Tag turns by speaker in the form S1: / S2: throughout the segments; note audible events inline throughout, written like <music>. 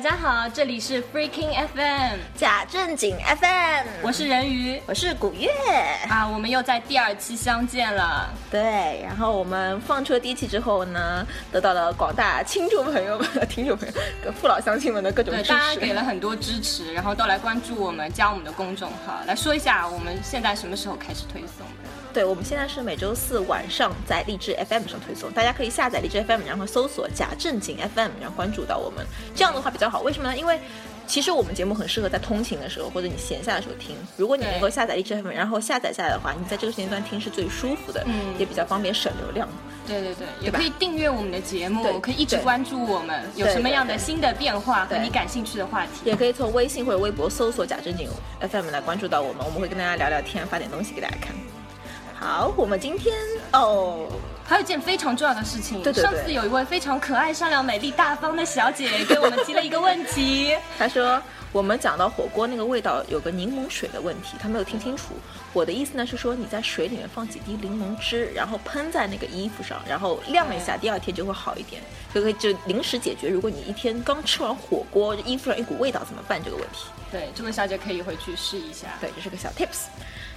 S1: 家好，这里是 Freaking FM，
S2: 假正经 FM，
S1: 我是人鱼
S2: 我是古月。
S1: 啊，我们又在第二期相见了。
S2: 对，然后我们放出了第一期之后呢，得到了广大听众朋友们、听众朋友、跟父老乡亲们的各种
S1: 对，
S2: 支
S1: 大家给
S2: 持。
S1: 了很多支持，然后都来关注我们，加我们的公众号。来说一下我们现在什么时候开始推送的？
S2: 对，我们现在是每周四晚上在荔枝 FM 上推送，大家可以下载荔枝 FM，然后搜索“假正经 FM”，然后关注到我们。这样的话比较好，为什么呢？因为其实我们节目很适合在通勤的时候或者你闲下的时候听。如果你
S1: 对
S2: 能够下载荔枝 FM，然后下载下来的话，你在这个时间段听是最舒服的，
S1: 嗯
S2: 也比较方便省流量。
S1: 对对对，也
S2: 对吧
S1: 可以订阅我们的节目，
S2: 对
S1: 可以一直
S2: 对
S1: 关注我们，有
S2: 对
S1: 什么样的
S2: 对对
S1: 新的变化和
S2: 对
S1: 你感兴趣的话题。
S2: 也可以从微信或者微博搜索“假正经 FM” 来关注到我们，我们会跟大家聊聊天，发点东西给大家看。好，我们今天哦，
S1: 还有一件非常重要的事情，
S2: 对对对
S1: 上次有一位非常可爱、善良、美丽、大方的小姐给我们提了一个问
S2: <laughs>
S1: 题，
S2: 他说我们讲到火锅那个味道有个柠檬水的问题，他没有听清楚。我的意思呢是说，你在水里面放几滴柠檬汁，然后喷在那个衣服上，然后晾一下，第二天就会好一点，就可以就临时解决。如果你一天刚吃完火锅，衣服上一股味道怎么办这个问题？
S1: 对，这位小姐可以回去试一下。
S2: 对，这是个小 tips。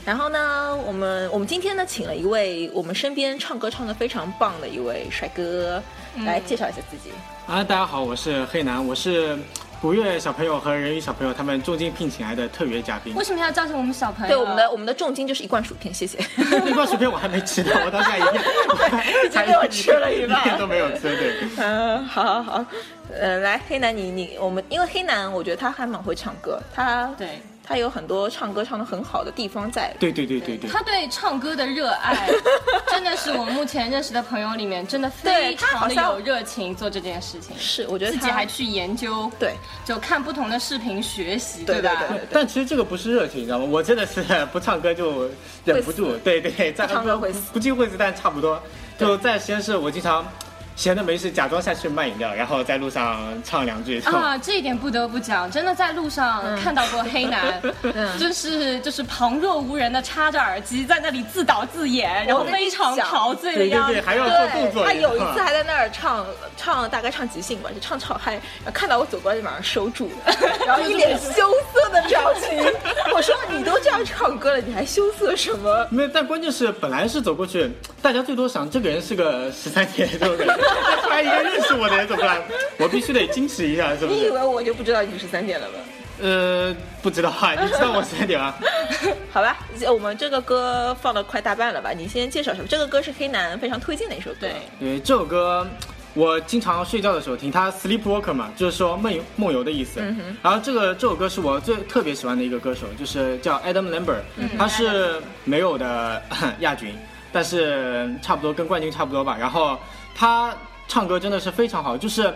S2: 然后呢，我们我们今天呢，请了一位我们身边唱歌唱得非常棒的一位帅哥，来介绍一下自己。
S3: 啊，大家好，我是黑南，我是古月小朋友和人鱼小朋友他们重金聘请来的特约嘉宾
S1: 为。什么要叫醒我们小朋友？
S2: 对，我们的我们的重金就是一罐薯片，谢谢。
S3: <laughs> 那罐薯片我还没吃呢，我到
S2: <laughs>
S3: 现在一片，我
S2: 经被我吃了一半
S3: 一片都没有吃。对，
S2: 嗯，好 <laughs> 好好，呃，来黑男你你我们，因为黑男我觉得他还蛮会唱歌，他
S1: 对。
S2: 他有很多唱歌唱得很好的地方在。
S3: 对对对对对。
S1: 他对唱歌的热
S2: <laughs>
S1: 爱，真的是我目前认识的朋友里面，真的非
S2: 对他
S1: 常
S2: 好
S1: 的
S2: 像
S1: 有热情做这件事情，
S2: 是，我觉得
S1: 自
S2: 他
S1: 己还去研究，
S2: 对
S1: 就看不同的视频学习，
S2: 对
S1: 吧？
S2: 对对对
S3: 但其实这个不是热情，你知道吗？我真的是不唱歌就忍不住，对对，在
S2: 不唱歌会死
S3: 不进会死，但差不多。就在实验室，我经常闲的没事，假装下去卖饮料，然后在路上唱两句。这种
S1: 啊，这一点不得不讲，真的在路上
S2: 嗯
S1: 看到过黑
S2: <laughs>
S1: 男，就是就是旁若无人的插着耳机在那里自导自演，然后
S2: 跟你
S1: 非常
S2: 讲
S1: 陶醉的
S3: 对对
S1: 样
S3: 对，
S1: 子。
S3: 还要做动
S2: 对，
S3: 作。
S2: 他
S3: 你知道
S2: 有一
S3: 吗
S2: 次还在那儿唱唱，大概唱即兴吧，就唱唱嗨，然后看到我走过来就马上收住了， <laughs> 然后一脸羞涩的表情。 <laughs> 我说你都这样唱歌了，你还羞涩什么？
S3: 没有，但关键是本来是走过去，大家最多想这个人是个十三姐这种人，但突然一个认识我的人怎么办？ <laughs> 我必须得矜持一下，是不
S2: 你以
S3: 是？
S2: 为我就不知道你是三点了吗？ <laughs>
S3: 呃，不知道啊，你知道我十三点吗？
S2: 好吧，呃我们这个歌放了快大半了吧？你先介绍什么？这个歌是黑男非常推荐的一首歌。
S1: 对，
S3: <laughs> 对，这首歌我经常睡觉的时候听，它 sleepwalker 嘛，就是说梦游梦游的意思。
S2: 嗯
S3: 然后这个这首歌是我最特别喜欢的一个歌手，就是叫 Adam Lambert，、他
S2: 嗯
S3: 是没有的亚军，但是差不多跟冠军差不多吧。然后他唱歌真的是非常好，就是。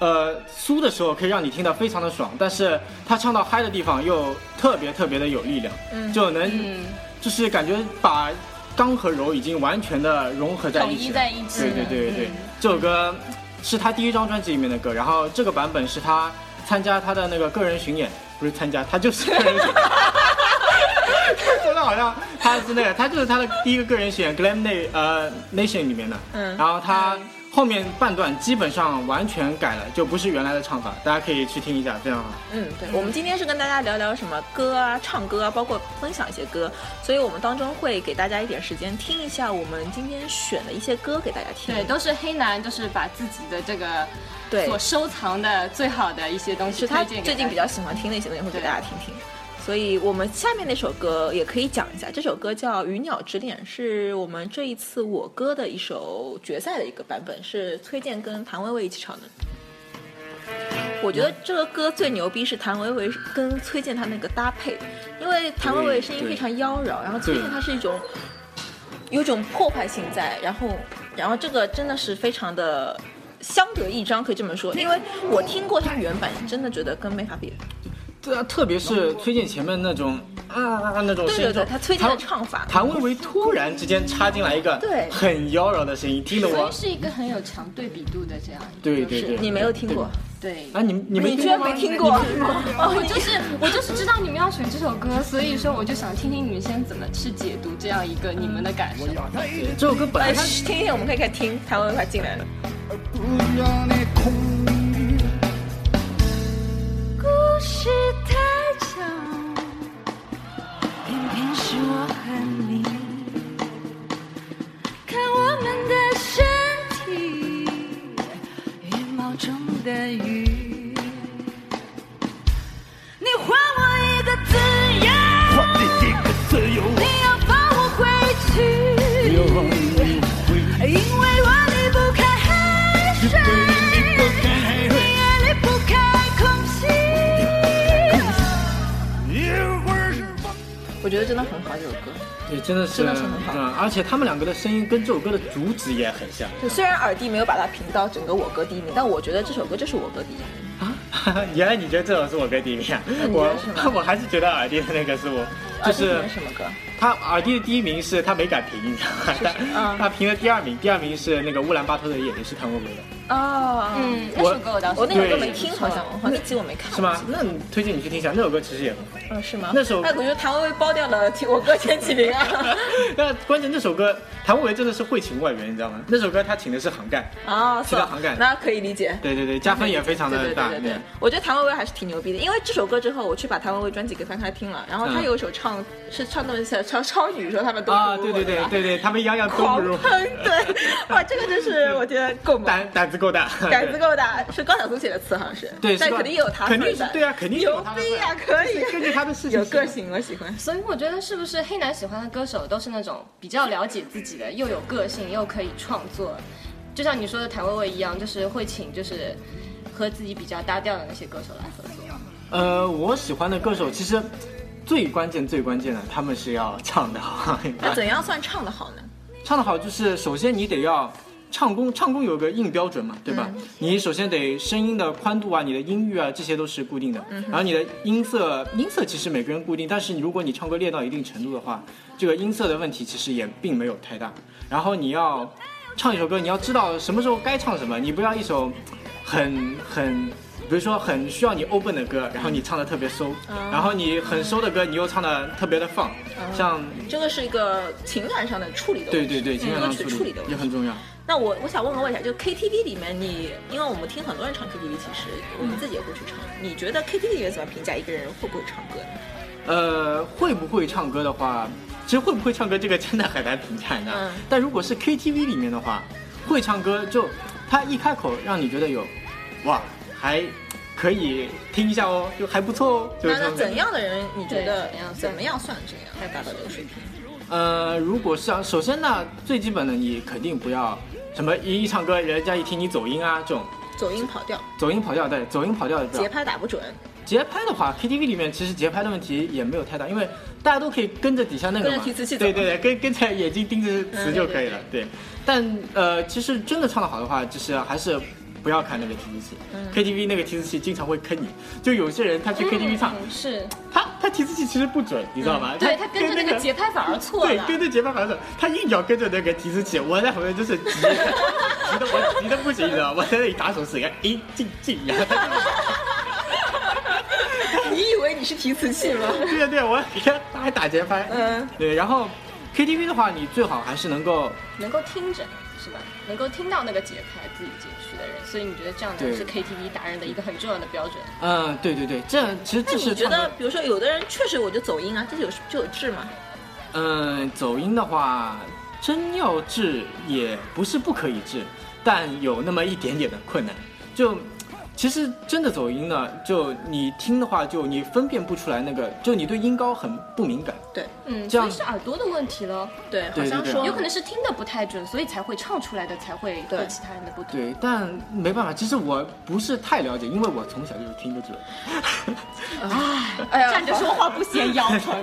S3: 呃，酥的时候可以让你听得非常的爽，但是他唱到嗨的地方又特别特别的有力量，就能、
S1: 嗯，
S3: 就是感觉把刚和柔已经完全的融合在一
S1: 统
S3: 起
S1: 一
S3: 了，
S1: 在一起
S3: 对对对对对
S1: 嗯
S3: 这首歌是他第一张专辑里面的歌，然后这个版本是他参加他的那个个人巡演，不是参加，他就是个人巡演。说的好像他是那个，他就是他的第一个个人巡演《Glam Na 呃 Nation》里面的，
S2: 嗯
S3: 然后他后面半段基本上完全改了，就不是原来的唱法，大家可以去听一下，非常好。
S2: 嗯，对，我们今天是跟大家聊聊什么歌啊、唱歌啊，包括分享一些歌，所以我们当中会给大家一点时间听一下我们今天选的一些歌给大家听。
S1: 对，都是黑男，就是把自己的这个
S2: 对
S1: 所收藏的最好的一些东西
S2: 是他
S1: 推荐给
S2: 最近
S1: 大
S2: 比
S1: 家
S2: 较喜欢听的一些东西，会给大家听听。所以我们下面那首歌也可以讲一下，这首歌叫《鱼鸟之恋》，是我们这一次我歌的一首决赛的一个版本，是崔健跟谭维维一起唱的。我觉得这个歌最牛逼是谭维维跟崔健他那个搭配，因为谭维维声音非常妖娆，然后崔健他是一种有一种破坏性在，然后然后这个真的是非常的相得益彰，可以这么说，因为我听过他原版，真的觉得跟没法比。
S3: 对啊，特别是崔健前面那种啊、那种
S2: 对
S3: 声
S2: 对
S3: 音，
S2: 对，他崔健的
S3: 谭
S2: 唱法，
S3: 谭维维突然之间插进来一个
S2: 对
S3: 很妖娆的声音，听得
S1: 所
S3: 我
S1: 以是一个很有强对比度的这样一个
S3: 对对对，
S2: 你没有听过，
S1: 对
S3: 啊？你你没
S2: 你居然
S3: 过吗
S2: 没听过？
S1: 我就是我就是知道你们要选这首歌，所以说我就想听听你们先怎么去解读这样一个你们的感受。
S3: 这首歌本来
S2: 哎，
S3: 它
S2: 嘘听一听，我们可以开始听，谭维维快进来了。
S4: 不让你空，
S2: 我觉得真的很好，这首歌。
S3: 对，真的是，
S2: 真的是很好
S3: 嗯而且他们两个的声音跟这首歌的主旨也很像 <laughs>
S2: 就虽然耳帝没有把它评到整个我歌第一名，但我觉得这首歌就是我歌第一名。
S3: 啊。原来你觉得这首是我歌第一名啊？
S2: 嗯你觉得是吗
S3: <laughs>
S2: 哦
S3: 我我还是觉得耳钉的那个是我，就
S2: 耳
S3: 是
S2: 帝评什么歌？
S3: 他耳钉的第一名是他没敢评，你知道吗？他
S2: 嗯
S3: <laughs> 他评了第二名，第二名是那个乌兰巴托的夜，也是谭维维的，
S2: 哦，嗯，
S1: 嗯，那首歌我当时
S2: 我那首歌
S3: 对
S2: 没听，好像好像那期我没看，
S3: 是吗？那你推荐你去听一下，那首歌其实也很好。
S2: 嗯，是吗？
S3: 那首
S2: 哎，我觉得谭维维包掉了替
S3: <laughs>
S2: 我哥前几名啊。
S3: 那关键那首歌，谭维维真的是会请外援，你知道吗？那首歌他请的是杭盖，
S2: 啊，
S3: 是的杭盖
S2: 那可以理解。
S3: 对对对，加分也非常的
S2: 对对
S3: 大。
S2: 对对对，我觉得谭维维还是挺牛逼的，因为这首歌之后，我去把谭维维专辑给翻开听了，然后他
S3: 嗯
S2: 有一首唱、是唱他们小超超女说他们都
S3: 啊，
S2: 不如
S3: 对
S2: 我
S3: 对对
S2: 吧
S3: 对对，他们一样样都不
S2: 狂
S3: 如我，
S2: 喷，对，哇，这个就是我觉得够猛，
S3: 胆胆子够大，
S2: <laughs> 胆子够大，是高晓松写的词，好像是，
S3: 对是
S2: 但
S3: 高
S2: 肯定有他
S3: 肯定
S2: 份的
S3: 是对啊肯定是有
S2: 牛
S3: 他的
S2: 逼啊，可以，
S3: 根据他的事情
S2: 有
S3: 写的
S2: 个性，我喜欢。
S1: 所以我觉得是不是黑男喜欢的歌手都是那种比较了解自己的，又有个性，又可以创作，就像你说的谭维维一样，就是会请就是和自己比较搭调的那些歌手来合作。
S3: 呃，我喜欢的歌手其实最关键最关键的，他们是要唱的好，
S2: 那怎样算唱的好呢？
S3: 唱的好就是首先你得要。唱功，唱功有个硬标准嘛，
S2: 嗯
S3: 对吧？你首先得声音的宽度啊，你的音域啊，这些都是固定的。
S2: 嗯
S3: 然后你的音色，音色其实每个人固定，但是你如果你唱歌练到一定程度的话，这个音色的问题其实也并没有太大。然后你要唱一首歌，你要知道什么时候该唱什么，你不要一首很很，比如说很需要你 open 的歌，然后你唱的特别收，然后你很收的歌你又唱的特别的放，像
S2: 这个是一个情感上的处理的
S3: 对
S2: 问题，
S3: 对对，情感
S2: 歌
S3: 上
S2: 曲
S3: 处
S2: 嗯处
S3: 理
S2: 理的问
S3: 也
S2: 题。
S3: 很重要。
S2: 那我我想问个问题啊，就 KTV 里面你，因为我们听很多人唱 KTV，其实我们自己也会去唱。你觉得 KTV 里面怎么评价一个人会不会唱歌呢？
S3: 呃，会不会唱歌的话，其实会不会唱歌这个真的很难评价的。
S2: 嗯
S3: 但如果是 KTV 里面的话，会唱歌就他一开口让你觉得有，哇，还可以听一下哦，就还不错哦，就是
S2: 那
S3: 这
S2: 那
S3: 种感
S2: 怎
S3: 觉。
S2: 样的人你觉得
S1: 对怎样算
S2: 怎么样算这样才达到这个水平？
S3: 呃，如果是啊，首先呢，最基本的你肯定不要什么一唱歌人家一听你走音啊这种。
S2: 走音跑调，
S3: 走音跑调，对，走音跑调的不要
S2: 节拍打不准， <laughs>
S3: 节拍的话，KTV 里面其实节拍的问题也没有太大，因为大家都可以跟着底下那个嘛
S2: 跟着提词器走
S3: 对对对，跟跟着眼睛盯着词就可以了。
S2: 嗯
S3: 对但呃，其实真的唱的好的话，就是还是不要看那个提词器、k t v 那个提词器经常会坑你。就有些人他
S1: <laughs>
S3: 去 KTV 唱，
S1: 嗯、是
S3: 他他提词器其实不准，你知道吗？
S1: 嗯对他跟着那
S3: 那
S1: 个节拍反而错
S3: 对
S1: 了，。
S3: 跟着节拍反正他硬要跟着那个提词器，我在旁边就是急，急的我急的不行，你知道吗？我在那里打手势，哎，进进，然后他就
S2: 你以为你是提词器吗？
S3: 对呀对呀，我给他还打节拍。
S2: 嗯，
S3: 对，然后 KTV 的话，你最好还是能够
S1: 能够听着，是吧？能够听到那个节拍，自己进去的人，所以你觉得这样的人
S3: 对
S1: 是 KTV 达人的一个很重要的标准。
S3: 嗯，对对对，这样其实
S2: 那
S3: 这
S2: 你
S3: 是
S2: 觉
S3: 唱
S2: 得
S3: 歌。，
S2: 比如说有的人确实我就走音啊，这有就有治吗？
S3: 嗯，走音的话，真要治也不是不可以治，但有那么一点点的困难。就其实真的走音呢，就你听的话，就你分辨不出来那个，就你对音高很不敏感。
S2: 对
S1: 嗯，
S3: 这
S1: 所
S3: 样
S1: 以是耳朵的问题咯，
S2: 对，好
S3: 对
S2: 像
S3: 对
S2: 说
S3: 对
S1: 有可能是听的不太准，所以才会唱出来的才会
S2: 对
S1: 和其他人的不同。
S3: 对，但没办法，其实我不是太了解，因为我从小就是听不准。
S2: 哎呀
S1: 站着说话不嫌腰
S2: <laughs>
S1: <laughs> 疼。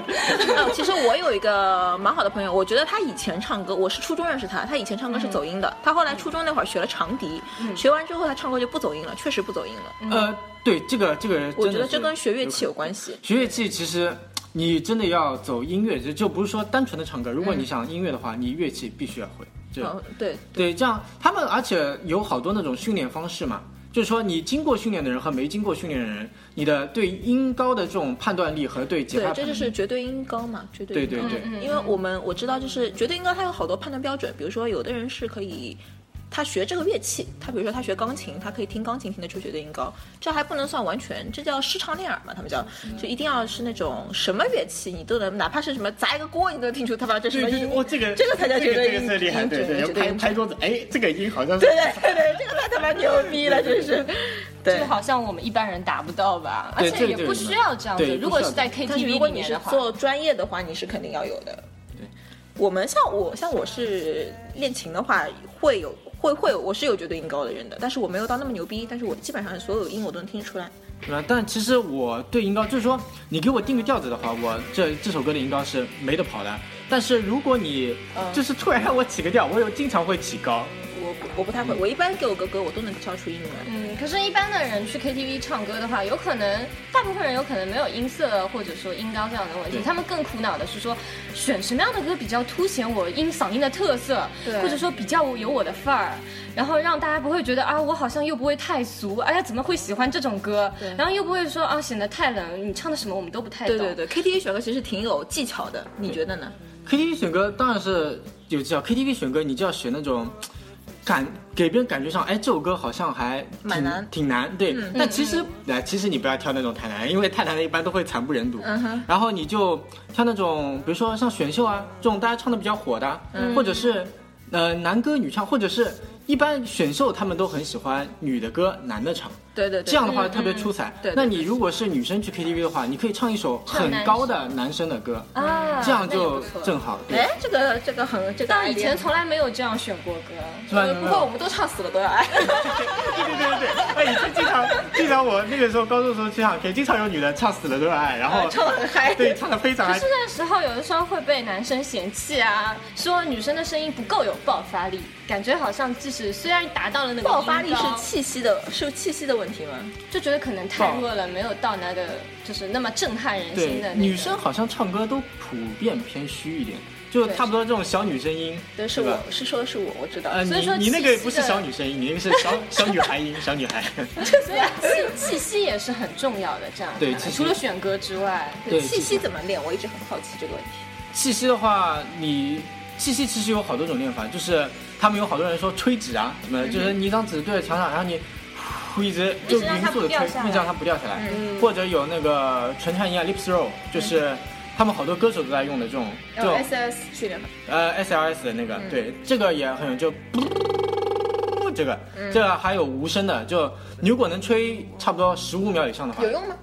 S2: 啊，其实我有一个蛮好的朋友，我觉得他以前唱歌，我是初中认识他，他以前唱歌是
S1: 嗯
S2: 走音的，他后来初中那会儿学了长笛，学完之后他唱歌就不走音了，确实不走音了。
S1: 嗯
S3: 呃，对，这个这个，
S2: 我觉得这
S3: 是
S2: 跟学乐器有关系。
S3: 学乐器其实你真的要走音乐，就就不是说单纯的唱歌。如果你想音乐的话，你乐器必须要会。就
S2: 嗯，对，
S3: 对，这样他们而且有好多那种训练方式嘛，就是说你经过训练的人和没经过训练的人，你的对音高的这种判断力和对节
S2: 对，
S3: 拍判
S2: 这就
S3: 断力，
S2: 是绝对音高嘛，绝对
S3: 对
S2: 音高。嗯
S3: 对嗯对，
S2: 因为我们我知道，就是绝对音高，它有好多判断标准。比如说，有的人是可以，他学这个乐器，他比如说他学钢琴，他可以听钢琴听得出绝对音高，这还不能算完全，这叫失常练耳嘛，他们叫，
S3: 嗯
S2: 就一定要是那种什么乐器你都能，哪怕是什么砸一个锅，你都能听出他把这什么
S3: 对对
S2: 音
S3: 对，，哦，这个
S2: 这个才叫绝对
S3: 这
S2: 音
S3: 个是厉害，
S2: 音
S3: 对
S2: 准
S3: 对，
S2: 绝对
S3: 拍
S2: 音
S3: 拍桌子，哎，这个音好像是
S2: 对对对对，这个太他妈牛逼了，真
S3: <laughs>
S2: 是，
S1: 这
S2: 对
S1: 个。好像我们一般人达不到吧，而
S3: 对
S1: 且
S3: 这
S1: 也
S3: 个
S1: 不
S3: 就
S1: 需要这样子
S3: 对。
S1: 如果是在
S2: 但是如
S1: KTV
S2: 果
S1: 里
S2: 你
S1: 面
S2: 是
S1: 的话，
S2: 做专业的话，你是肯定要有的。
S3: 对，
S2: 我们像我像我是练琴的话，会有会会有我是有绝对音高的人的，但是我没有到那么牛逼，但是我基本上所有音我都能听出来。
S3: 对吧？但其实我对音高，就是说你给我定个调子的话，我这这首歌的音高是没得跑的。但是如果你
S2: 嗯
S3: 就是突然让我起个调，我有经常会起高，
S2: 我我不太会，我一般给我个歌我都能跳出英文。
S1: 嗯，可是，一般的人去 KTV 唱歌的话，有可能大部分人有可能没有音色或者说音高这样的问题
S3: 对，
S1: 他们更苦恼的是说，选什么样的歌比较凸显我音嗓音的特色
S2: 对，
S1: 或者说比较有我的范儿，然后让大家不会觉得啊，我好像又不会太俗，哎呀，怎么会喜欢这种歌
S2: 对？
S1: 然后又不会说啊，显得太冷，你唱的什么我们都不太懂。
S2: 对对对，KTV 选歌其实挺有技巧的，你觉得呢？
S3: KTV 选歌当然是有技巧，KTV 选歌你就要选那种感给别人感觉上，哎，这首歌好像还挺
S2: 蛮难
S3: 挺难，对。
S2: 嗯
S3: 但其实，哎，其实你不要挑那种太难，因为太难的一般都会惨不忍睹。
S2: 嗯哼
S3: 然后你就挑那种，比如说像选秀啊这种大家唱的比较火的啊，
S2: 嗯
S3: 或者是呃男歌女唱，或者是一般选秀他们都很喜欢女的歌男的唱。
S2: 对对对，
S3: 这样的话
S1: 嗯
S3: 特别出彩。
S2: 对对
S3: 那
S2: 对
S3: 你如果是女生去 KTV 的话，你可以唱一首很
S1: 唱男
S3: 高的男生的歌，
S1: 啊，
S3: 这样
S1: 那也不
S3: 就
S1: 错
S3: 正好。对。
S2: 哎，这个这个很这个 idea，
S1: 但以前从来没有这样选过歌，呃
S3: 是吧？
S2: 不过我们都唱死了都要爱。
S3: 对对对对对，哎，以前经常经常我那个时候高中的时候去唱 K，经常有女的唱死了都爱，然后
S2: 唱得很嗨
S3: 哦对，唱的非常
S1: 可
S3: 嗨
S1: 啊是。那时候有的时候会被男生嫌弃啊，说女生的声音不够有爆发力，感觉好像就是虽然达到了那个
S2: 爆发力
S1: 音高
S2: 是气息的，是气息的问题吗？
S1: 就觉得可能太弱了，没有到那个就是那么震撼人心
S3: 对
S1: 的、那，个
S3: 女生好像唱歌都普遍偏虚一点，就差不多这种小女声音，
S2: 对，是
S3: 吧
S2: 我？是说是我，我知道。
S3: 呃，你
S1: 所以说
S3: 你那个不是
S1: 气息的
S3: 小女声音，你那个是小小女孩音，小女孩。
S1: 所以 <laughs> 气气息也是很重要的。这样
S3: 对
S1: 看来
S3: 气息
S1: 除了选歌之外，
S3: 对
S2: 气息怎么练？我一直很好奇这个问题。
S3: 气息的话，你气息其实有好多种练法，就是他们有好多人说吹纸啊，什么，就是你一张纸对着墙上，然后你呼一直就
S1: 一直嗯让
S3: 匀
S1: 它
S3: 速的
S1: 不掉
S3: 吹，
S1: 下来
S3: 一直让它不掉下来。
S1: 嗯
S3: 或者有那个唇颤音啊，lips roll，就是他们好多歌手都在用的这种
S1: 哦
S3: 这种
S2: S 训练法，
S3: 呃 SLS 的那个，
S1: 嗯
S3: 对，这个也很有就。这个，
S1: 嗯
S3: 这个还有无声的，就你如果能吹差不多十五秒以上的话，
S2: 有用吗？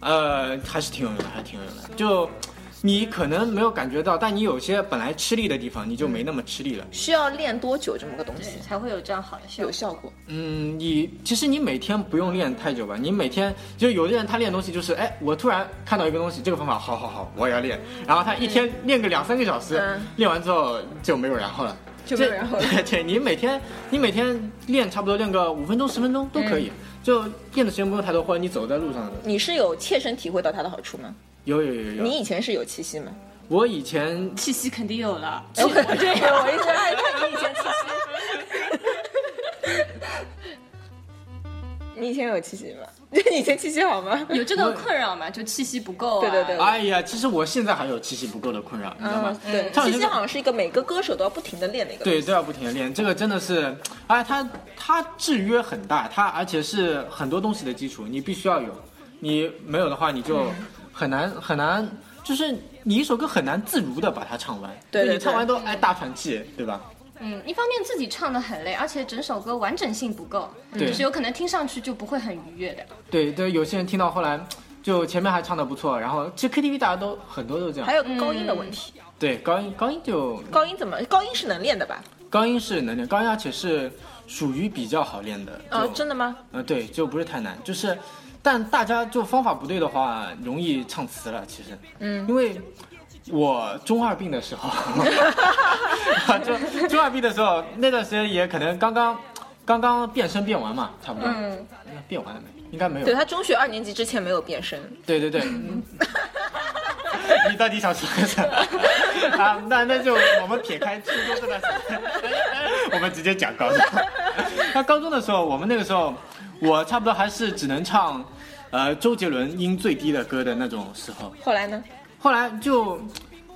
S3: 呃，还是挺有用的，还是挺有用的。就你可能没有感觉到，但你有些本来吃力的地方，你就没那么吃力了。
S2: 需要练多久这么个东
S1: 对
S2: 西？
S1: 才会有这样好的效
S2: 有
S1: 果。
S2: 效果？
S3: 嗯，你其实你每天不用练太久吧，你每天就有的人他练东西就是，哎，我突然看到一个东西，这个方法好好好，我也要练，然后他一天练个两三个小时，
S2: 嗯
S3: 练完之后就没有然后了。
S2: 就没有然后了。
S3: 对，对你每天你每天练差不多练个五分钟十分钟都可以，
S2: 嗯
S3: 就练的时间不用太多，或者你走在路上的
S2: 你是有切身体会到它的好处吗？
S3: 有有有有有。
S2: 你以前是有气息吗？哎
S3: 我以前
S1: 气息肯定有了，
S2: 我 <laughs> 对，我 <laughs> 一直爱看你以前气息。 <laughs> 你以前有气息吗？你以前气息好吗？
S1: 有这个困扰嘛？就气息不够啊。
S2: 对对对
S3: 哎呀，其实我现在还有气息不够的困扰，你知道吗？
S2: <laughs> 对，
S3: 唱
S2: 气
S3: 这
S2: 息
S3: 个
S2: 好像是一个每个歌手都要不停的练的一个。
S3: 对，都要不停的练，这个真的是，哎，它它制约很大，它而且是很多东西的基础，你必须要有，你没有的话，你就很难很难，就是你一首歌很难自如的把它唱完，
S2: 对
S3: 就
S2: 对对
S3: 你唱完都哎大喘气，对吧？
S1: 嗯，一方面自己唱的很累，而且整首歌完整性不够，
S3: 对
S1: 就是有可能听上去就不会很愉悦的。
S3: 对对，有些人听到后来，就前面还唱的不错，然后其实 KTV 大家都很多都这样
S2: 还，有高音的问题，
S3: 对高音高音就
S2: 高音怎么？高音是能练的吧？
S3: 高音是能练，高音而且是属于比较好练的，
S2: 哦，
S3: 就
S2: 真的吗？
S3: 嗯，对，就不是太难，就是，但大家就方法不对的话，容易唱词了。其实，嗯，因为我中二病的时候， <laughs> 啊就中二病的时候，那段时间也可能刚刚刚刚变声变完嘛，差不多。
S1: 嗯，
S3: 那变完了没？应该没有
S2: 对。他中学二年级之前没有变声，
S3: 对对对。 <laughs> 你到底想说什 <laughs> 么？啊，那那就我们撇开初中这段时间，我们直接讲高中。 <laughs> 那高中的时候，我们那个时候，我差不多还是只能唱，呃，周杰伦音最低的歌的那种时候。
S2: 后来呢？
S3: 后来就，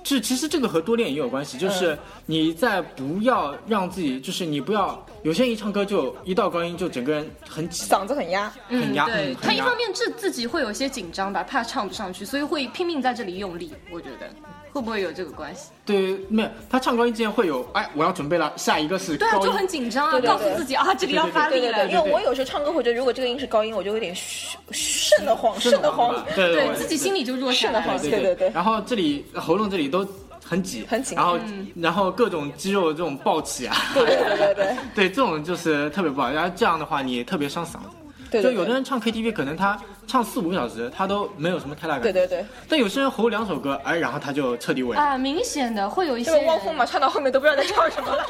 S3: 就其实这个和多练也有关系，就是你在不要让自己，就是你不要，有些人一唱歌就一到高音就整个人很挤，
S2: 嗓子很压，
S3: 很压，
S1: 对
S3: 嗯
S1: 他
S3: 很
S1: 一
S3: 压
S1: 方。面自自己会有些紧张吧，怕唱不上去，所以会拼命在这里用力。我觉
S2: 嗯
S1: 得会不会有这个关系？
S3: 对，没有他唱高音之前会有，哎，我要准备了，下一个是
S1: 对啊，
S3: 高
S1: 就
S3: 音。
S1: 很紧张啊，
S2: 对对
S1: 告
S2: 对
S1: 诉自己啊，这里要发
S2: 对
S1: 力
S2: 对
S1: 了。
S2: 对，因为我有时候唱歌，我觉得如果这个音是高音，我就有点瘆瘆得慌，瘆得慌，
S3: 对
S1: 对自己心里就弱下来
S2: 是的
S1: 了
S2: 话。
S3: 对
S2: 对对对
S3: 然后这里喉咙这里都很挤，
S2: 很紧
S3: 然后然后各种肌肉这种暴起啊， <laughs>
S2: 对对对对对
S3: 对，这种就是特别不好。然后这样的话，你特别伤嗓子。
S2: <laughs> 对对对
S3: 就有的人唱 KTV，可能他唱四五个小时，他都没有什么太大感觉。
S2: 对对对，
S3: 但有些人吼两首歌，哎，然后他就彻底萎了。
S1: 啊，明显的会有一
S2: 这
S1: 些
S2: 个
S1: 人
S2: 汪峰嘛，唱到后面都不知道在唱什么了。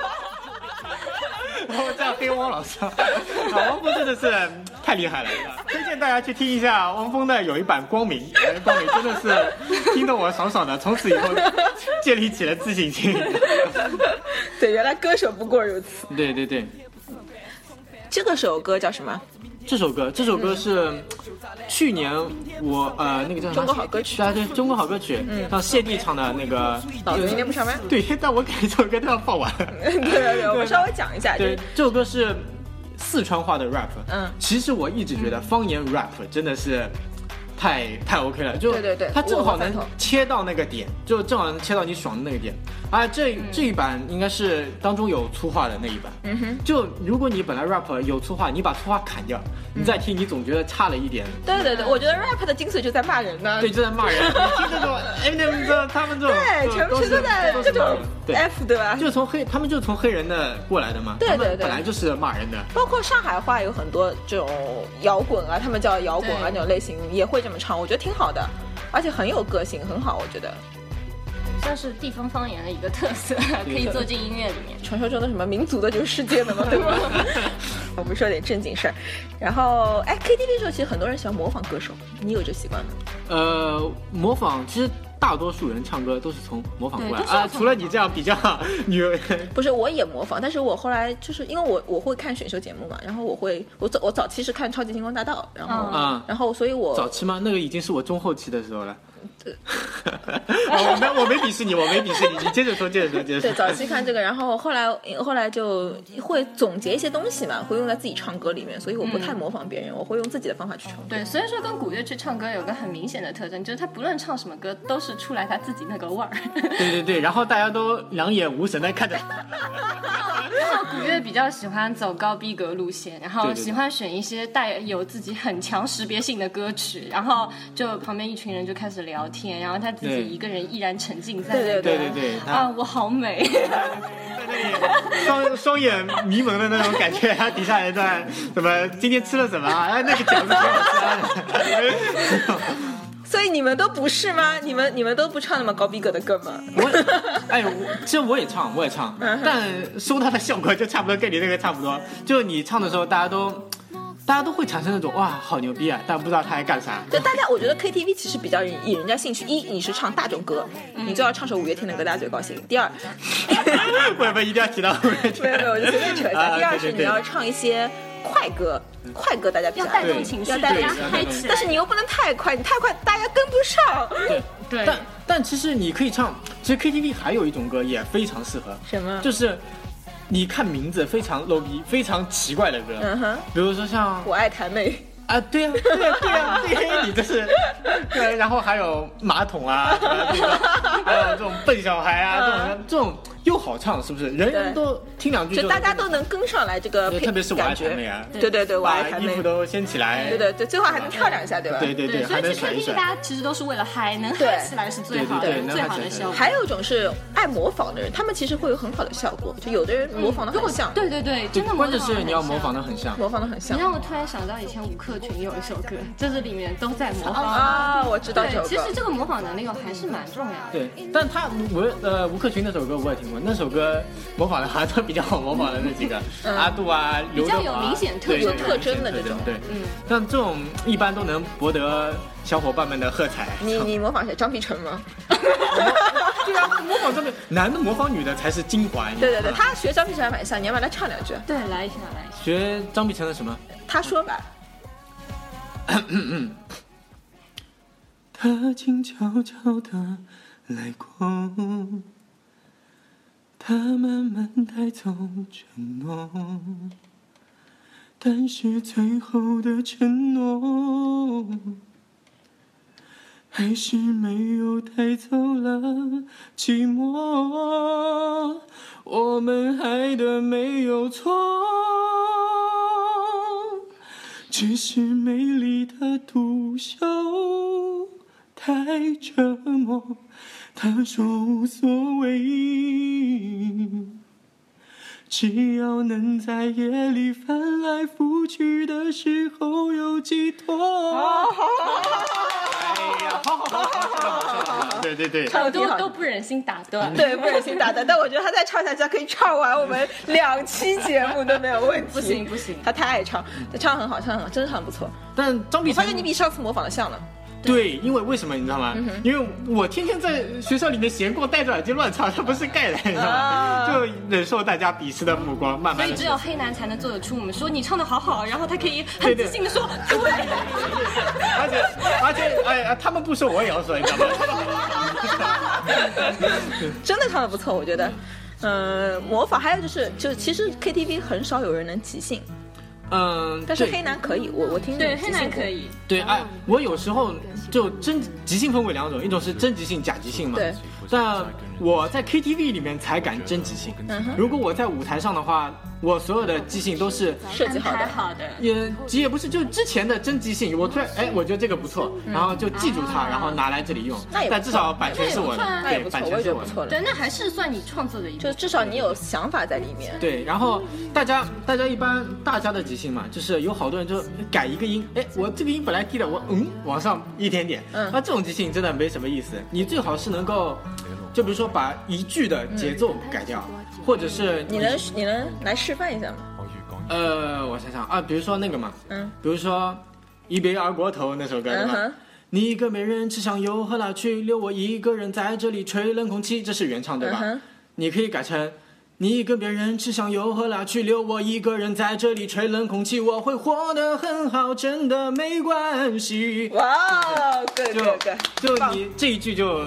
S3: <laughs> 然哦后这样黑汪老师，啊，汪峰真的是嗯太厉害了，推荐大家去听一下汪峰的有一版《光明》，哎光明真的是听得我爽爽的，从此以后建立起了自信心。
S2: <laughs> 对，原来歌手不过如此。
S3: 对对对，
S2: 这个首歌叫什么？
S3: 这首歌，这首歌是去年我呃那个叫什
S2: 中
S3: 么
S2: 国好歌曲嗯
S3: 对啊对，中国好歌曲，让谢帝唱的那个。
S2: 老哦子明天不上班。
S3: 对，但我感觉这首歌都要放完。
S2: <laughs> 对对对，我们稍微讲一下，就是
S3: 对，这首歌是四川话的 rap。
S2: 嗯
S3: 其实我一直觉得方言 rap 真的是太太 OK 了，就
S2: 对对对
S3: 它正
S2: 我
S3: 好
S2: 我赞
S3: 能
S2: 同
S3: 切到那个点，就正好能切到你爽的那个点。啊，这、
S2: 嗯
S3: 这一版应该是当中有粗话的那一版。嗯哼，就如果你本来 rap 有粗话，你把粗话砍掉，你再听，你总觉得差了一点。
S2: 对对对，我觉得 rap 的精髓就在骂人呢。
S3: 对，就在骂人。你听这种 Eminem 这他们这种，
S2: 对，
S3: 这
S2: 全
S3: 都
S2: 部
S3: 是
S2: 都在
S3: 都
S2: 这
S3: 是骂
S2: 种
S3: 人对
S2: F 对吧？
S3: 就是从黑，他们就是从黑人的过来的嘛，
S2: 对
S3: 他们
S2: 对对
S3: 本来就是骂人的，
S2: 包括上海话有很多这种摇滚啊，他们叫摇滚啊
S1: 对
S2: 那种类型也会这么唱，我觉得挺好的，而且很有个性，很好，我觉得。
S1: 算是地方方言的一个特色， <laughs> 可以做进音乐里面。
S2: 传说中的什么民族的就是世界的嘛，对吗？我们说点正经事儿，然后哎，KTV 时候其实很多人喜欢模仿歌手，你有这习惯吗？
S3: 呃，模仿其实大多数人唱歌都是从模仿过来
S1: 对都是要
S3: 啊，
S1: 从
S3: 除了你这样比较女，
S2: 不是，我也模仿，但是我后来就是因为我我会看选秀节目嘛，然后我会我早我早期是看《超级星光大道》，然后、
S3: 嗯
S2: 然后所以我
S3: 早期吗？那个已经是我中后期的时候了。 <laughs> 我没我没鄙视你，我没鄙视你，你接着说，接着说，接着
S2: 对，
S3: 说。
S2: 早期看这个，然后后来呃后来就会总结一些东西嘛，会用在自己唱歌里面，所以我不太模仿别人，我会用自己的方法去唱歌。
S1: 对，所以说跟古乐去唱歌有个很明显的特征，就是他不论唱什么歌，都是出来他自己那个味儿。
S3: 对对对，然后大家都两眼无神的看着，
S1: 古乐比较喜欢走高逼格路线，然
S3: 对
S1: 后
S3: 对对
S1: 喜欢选一些带有自己很强识别性的歌曲，然后就旁边一群人就开始聊天，然后他自
S3: 对
S1: 己一个人依然沉浸在
S2: 对对
S3: 对对对，
S1: 啊，
S3: 他
S1: 我好美，
S3: 在那里双双眼迷蒙的那种感觉，啊他底下人在怎么今天吃了什么啊？哎，那个饺子挺好吃啊。
S2: 所以你们都不是吗？你们你们都不唱那么高逼格的歌吗？
S3: 我哎，我其实我也唱，我也唱，
S2: 嗯
S3: 但收到的效果就差不多跟你那个差不多。就你唱的时候，大家都大家都会产生那种哇，好牛逼啊，但不知道他在
S2: <laughs>
S3: 干啥。 <laughs>
S2: 就大家，我觉得 KTV 其实比较引引人家兴趣。一，你是唱大众歌，你就要唱首五月天的歌，大家最高兴。 <laughs> 第二，
S3: 为什么一定要提到后面去？
S2: 没有没有，我就随便扯一下。
S3: 啊
S2: 第二
S3: 对
S2: 是
S3: 对
S2: 你
S3: 对
S2: 要唱一些快歌，快歌大家比较
S1: 要
S2: 爱
S1: 带。动情绪，
S2: 嗯要带动
S1: 大家
S3: 情绪
S1: 嗨起来
S2: 但是你又不能太快，你太快大家跟不上。
S3: 对
S1: 对
S3: 但但其实你可以唱，其实 KTV 还有一种歌也非常适合，
S2: 什么
S3: 就是你看名字非常 low 逼、非常奇怪的歌，
S2: 嗯哼，
S3: 比如说像
S2: 我爱谭妹。
S3: 啊，对呀、啊，对呀、对呀、对呀、你这是，对，然后还有马桶啊，什么这个还有这种笨小孩啊，这种这种又好唱，是不是？人人都听两句
S2: 就
S3: 就
S2: 大家都能跟上来这个
S3: 对
S2: 配，
S3: 特别是我爱
S2: 感觉
S3: 谈妹啊
S2: 对对对，我
S3: 把
S2: 爱谈
S3: 衣
S2: 妹
S3: 服，都掀起来，
S2: 对对对，最后还能跳两下，对吧？
S3: 对对对，
S1: 所
S3: 还
S1: 以
S3: 能
S1: 去
S3: 甩一
S1: KTV
S3: 甩。
S1: 大家其实都是为了嗨，能
S2: 对
S1: 嗨起来是最好的，
S3: 对对对
S1: 最
S3: 能嗨
S1: 好
S3: 起来
S1: 的效果。
S2: 还有一种是爱模仿的人，他们其实会有很好的效果，就有的人模仿
S1: 嗯
S2: 的
S1: 如
S2: 很
S1: 果
S2: 像，
S1: 对对对，真的模
S3: 关
S1: 仿
S3: 键是你要模仿
S1: 的
S3: 的很像，
S2: 模仿的很
S1: 很像。
S2: 像
S1: 你让我突然想到以前吴克群有一首歌，就是里面都在模仿。
S2: 啊，我知道这
S1: 对，
S2: 首
S1: 其实
S2: 歌。
S1: 这个模仿能力哦还是蛮重要的。
S3: 对，但他我呃吴克群那首歌我也听过，那首歌模仿的还是比较好模仿的那几个，阿杜啊，刘德华啊，
S1: 比较有明显特
S3: 对
S1: 有
S3: 对
S2: 特征的
S3: 对
S2: 这种
S3: 对，对
S1: 嗯
S3: 但这种一般都能博得小伙伴们的喝彩。
S2: 你你模仿谁？张碧晨吗？
S3: 对啊，模仿这个男的模仿女的才是精华。你
S2: 对对对，他学张碧晨还蛮像，你要不要来唱两句？
S1: 对，来一下，来一下。
S3: 学张碧晨的什么？
S2: 他说吧，
S3: 他静悄悄的来过，他慢慢带走承诺，但是最后的承诺还是没有带走了寂寞，我们爱的没有错。只是美丽的独秀太折磨。他说无所谓，只要能在夜里翻来覆去的时候有寄托。哎呀，好好好好好好好，对对对，
S1: 很多都不忍心打断。
S2: 对，不忍心打断，但我觉得他再唱下去，他可以唱完我们两期节目都没有问题。
S1: 不行不行
S2: 他太爱唱，他唱得很好，唱得很好，真的唱得不错。
S3: 但张碧
S2: 我发
S3: 晨
S2: 现你比上次模仿的像了。
S3: 对，因为为什么你知道吗？
S2: 嗯
S3: 因为我天天在学校里面闲逛，戴着耳机乱 <laughs> 唱，他不是盖的，你知道吗？
S2: 啊
S3: 就忍受大家鄙视的目光，慢
S1: 所
S3: 慢
S1: 以
S3: 的
S1: 只。有黑男才能做得出我们说你唱的好好，然后他可以
S3: 对
S1: 很
S3: 对
S1: 自信的说对。
S3: 而且而且，哎呀，他们不说我也要说，你知道吗？
S2: <laughs> 真的唱的不错，我觉得。嗯，模仿还有就是，就其实 KTV 很少有人能即兴，
S3: 嗯，
S2: 但是
S3: 对
S2: 黑嗯男可以，我我听
S1: 对，
S2: 你即
S1: 黑
S2: 兴 <laughs>
S1: 男
S2: 过
S1: 可。以。
S3: 对，哎，我有时候就真即兴分为两种，一种是真即兴、假即兴嘛。
S2: 对。
S3: 但我在 KTV 里面才敢真即兴。
S2: 嗯哼
S3: 如果我在舞台上的话，我所有的即兴都是
S2: 设计好
S1: 安排
S2: 的，
S1: 好的。
S3: 也也不是，就之前的真即兴，我突然哎，我觉得这个不错，然后就记住它，然后拿来这里
S2: 嗯
S3: 用。
S2: 啊那也不错
S3: 但至少版权是我的
S1: 那也不错啊，
S2: 那也不错我
S3: 对，版，权
S2: 也
S3: 是
S2: 觉得
S3: 我
S2: 不
S3: 的。
S2: 错了
S1: 对，。那还是算你创作的一部
S2: 就
S1: 分。
S2: 至少你有想法在里面。
S3: 对，然后大家大家一般大家的即兴嘛，就是有好多人就改一个音，哎，我这个音本来低的，我嗯往上一点点，
S2: 嗯
S3: 那这种即兴真的没什么意思。你最好是能够，就比如说把一句的节奏改掉，或者是
S2: 嗯你能你能来示范一下吗？
S3: 呃，我想想啊，比如说那个嘛，
S2: 嗯
S3: 比如说《一别二锅头》那首歌，对
S2: 嗯
S3: 吧？
S2: 哼，
S3: 你一个没人吃香油，何来去？留我一个人在这里吹冷空气，这是原唱对
S2: 嗯
S3: 吧？
S2: 哼，
S3: 你可以改成。你跟别人吃香油，何来去留我一个人在这里吹冷空气？我会活得很好，真的没关系。
S2: 哇哦，对
S3: 就
S2: 对对。
S3: 就你这一句就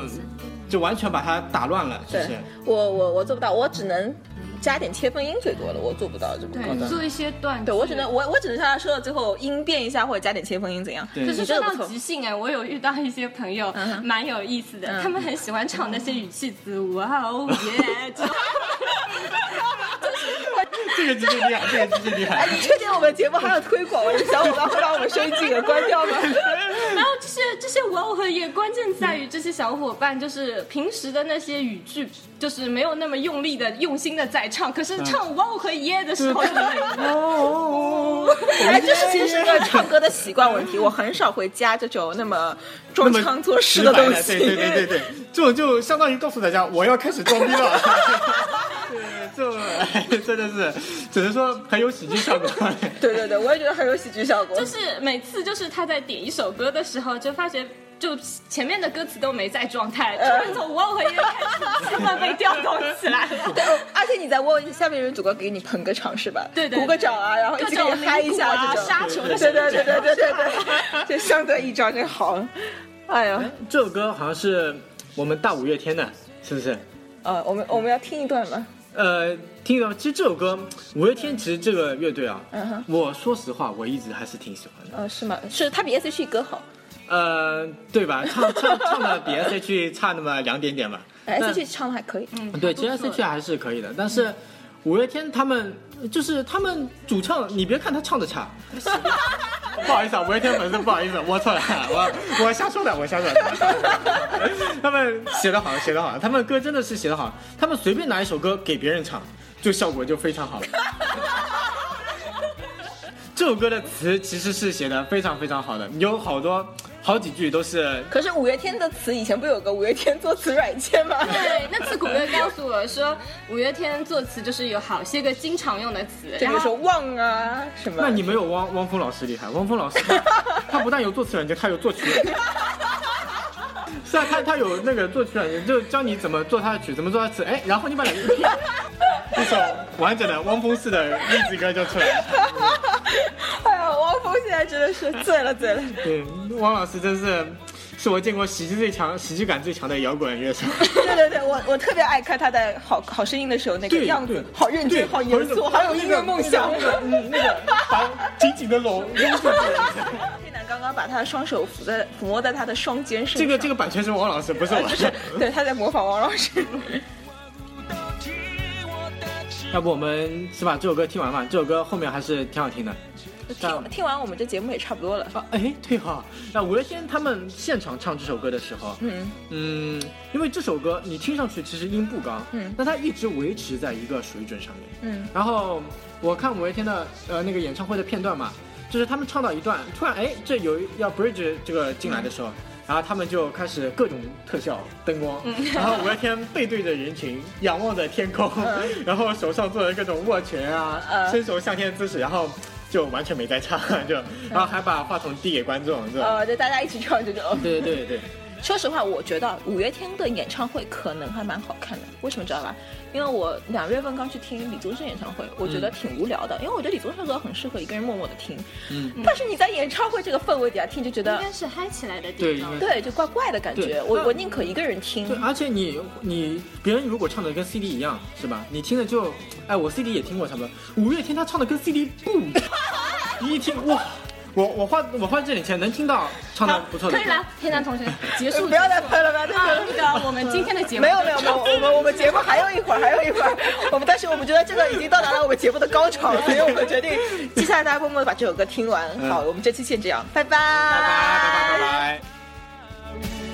S3: 就完全把它打乱了，是
S2: 对
S3: 不是？
S2: 我我我做不到，我只能加点切分音最多了，我做不到这么高
S1: 对，
S2: 端。
S1: 做一些断句。
S2: 对我只能我我只能像他说的，最后音变一下或者加点切分音怎样？
S3: 对
S1: 可
S2: 你
S1: 是
S2: 这
S1: 说
S2: 个不
S1: 到
S2: 错
S1: 即。兴哎，我有遇到一些朋友，
S2: 哼
S1: 蛮有意思的，
S2: 嗯
S1: 他们很喜欢唱那些语气词，哇哦耶，就
S3: 这个就是厉害，这个就是厉
S2: 哎，
S3: 害。
S2: 你确定我们节目还有推广？我的小伙伴会把我们收音机给关掉
S3: <laughs>
S2: 吗？
S1: 然后这些这些哇哦和耶，关键在于这些小伙伴就是平时的那些语句，就是没有那么用力的、用心的在唱，可
S3: 嗯
S1: 是唱哇哦和耶的时候，
S3: 哦，
S2: 哎，这是其实是个唱歌的习惯问题，我很少会加这种那么装腔作势的东西。
S3: 对对对对对，这种就相当于告诉大家我要开始装逼了。 <laughs> 对，这 <laughs> 真的是，只能说很有喜剧效果。
S2: 对对对我也觉得很有喜剧效果。
S1: 就是每次就是他在点一首歌的时候，就发觉。就前面的歌词都没在状态，突然从哇哦和耶开始，气氛被调动起来了。
S2: 对，而且你在问下面人组个给你捧个场是吧？
S1: 对对对
S2: 鼓个掌啊，然后一起给你嗨一下这
S1: 各种擂鼓啊
S2: 种。
S1: 杀球的
S2: 对
S1: 声
S2: 对
S1: 音
S2: 对对对对对，就相得益彰，这好。哎呀，
S3: <laughs> 这首歌好像是我们大五月天的，是不是？
S2: 呃，我们我们要听一段吗？
S3: 呃，听到其实这首歌，五月天其实这个乐队啊，
S2: 嗯哼
S3: 我说实话，我一直还是挺喜欢的。
S2: 呃，是吗？是它比 S.H.E 歌好。
S3: 呃，对吧？唱唱唱的比 S.H.E 差那么两点点吧。
S2: 哎
S3: 但
S2: S.H.E 唱的还可以。
S1: 嗯
S3: 对，其实 S H 还是可以的，但是五月天他们就是他们主唱，你别看他唱的差。不好意思啊，五月天粉丝，不好意思，我错了，我 <laughs> 我瞎说的，我瞎说的。 <laughs> 他们写的好，写的好，他们歌真的是写的好，他们随便拿一首歌给别人唱，就效果就非常好了。这首歌的词其实是写的非常非常好的，有好多好几句都是
S2: 可是五月天的词以前不有个五月天作词软件吗？
S1: 对，那次古月告诉我说，五月天作词就是有好些个经常用的词，
S2: 就比
S1: 然
S2: 如说
S1: 后
S2: 忘啊什么。
S3: 那你没有汪汪峰老师厉害，汪峰 <laughs> 老师他不但有作词软件，他有作曲软件。是啊，他他有那个作曲软件，就教你怎么做他的曲，怎么做他的词，哎，然后你把两个一拼，一首完整的汪峰式的励志歌就出来了。
S2: 哎呀，汪峰现在真的是醉了醉了。
S3: 对，汪老师真是是我见过喜剧最强、喜剧感最强的摇滚乐手。
S2: 对对对，我我特别爱看他在好好声音的时候那个
S3: 对
S2: 样子
S3: 对，
S2: 好认
S3: <laughs> 对，
S2: 真，好严
S3: <laughs>
S2: 肃，好有音乐梦想
S3: 那。个 <laughs> 嗯那个把紧紧的搂拥住自己。
S2: 黑男刚刚把他的双手抚在抚摸在他的双肩上，
S3: <laughs> 这个这个版权是汪老师，不是
S2: 呃
S3: 我。 <laughs>
S2: 就是对他在模仿王老师。
S3: 要不我们先把这首歌听完吧，这首歌后面还是挺好听的。像
S2: 听听完我们这节目也差不多了。
S3: 啊，哎，对哈、那五月天他们现场唱这首歌的时候，
S2: 嗯，
S3: 嗯，因为这首歌你听上去其实音不高，
S2: 嗯
S3: 但它一直维持在一个水准上面，
S2: 嗯。
S3: 然后我看五月天的呃那个演唱会的片段嘛，就是他们唱到一段，突然哎这有一要 bridge 这个进来的
S2: 嗯
S3: 时候，然后他们就开始各种特效灯光，然后五月天背对着人群，仰望着天空，然后手上做了各种握拳啊，
S2: 嗯
S3: 伸手向天姿势，然后。就完全没在唱，就
S2: 嗯
S3: 然后还把话筒递给观众，对吧？
S2: 呃，就大家一起唱这种。
S3: 对对对对，
S2: 说实话，我觉得五月天的演唱会可能还蛮好看的。为什么知道吧？因为我两月份刚去听李宗盛演唱会，我觉得挺无聊的。因为我觉得李宗盛歌很适合一个人默默的听，
S3: 嗯，
S2: 但是你在演唱会这个氛围底下听，就觉
S1: 应
S2: 得
S1: 该是嗨起来的
S3: 对
S1: 地
S3: 应
S1: 方
S3: 该。
S2: 对，就怪怪的感
S3: 对
S2: 觉。我
S3: 那
S2: 我宁可一个人
S1: 嗯
S2: 听 <laughs>
S3: 对，。而且你你别人如果唱的跟 CD 一样，是吧？你听的就，哎，我 CD 也听过差不多。五月天他唱的跟 CD 不一样，你一听哇，我我花我花这点钱能听到唱的不错的
S1: 可以
S3: 歌
S1: 了，，天南同学，结束。
S2: 不要再喷了，不要再
S1: 啊
S2: 喷了。，
S1: 那个我们今天的节目
S2: 没有没有没有，我们我们节目还有一会儿，还有一会儿。我们但是我们觉得这个已经到达了我们节目的高潮，所以我们决定接下来大家默默的把这首歌听完。
S3: 嗯
S2: 好，我们这期先这样，拜拜
S3: 拜
S2: 拜
S3: 拜拜拜拜拜。
S4: 有没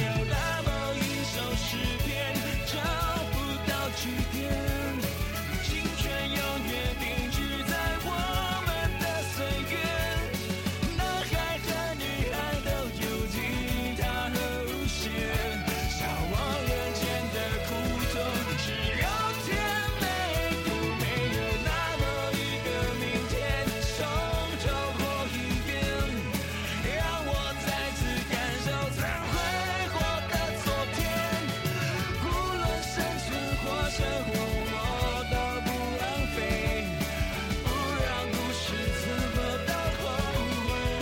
S4: 有那么一首诗篇，找不到句点？青春永远定居在我们的岁月，男孩和女孩都有吉他和舞鞋，笑忘人间的苦痛，只有甜美。有没有那么一个明天，从头过一遍？让我再次感受曾挥霍的昨天，无论生存或生活，我都不浪费，不让故事怎么到后悔，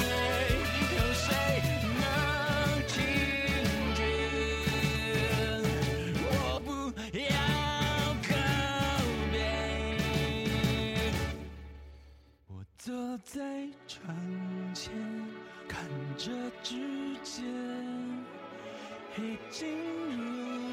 S4: 有谁能停止？我不要告别。我坐在窗前，看着指尖黑进入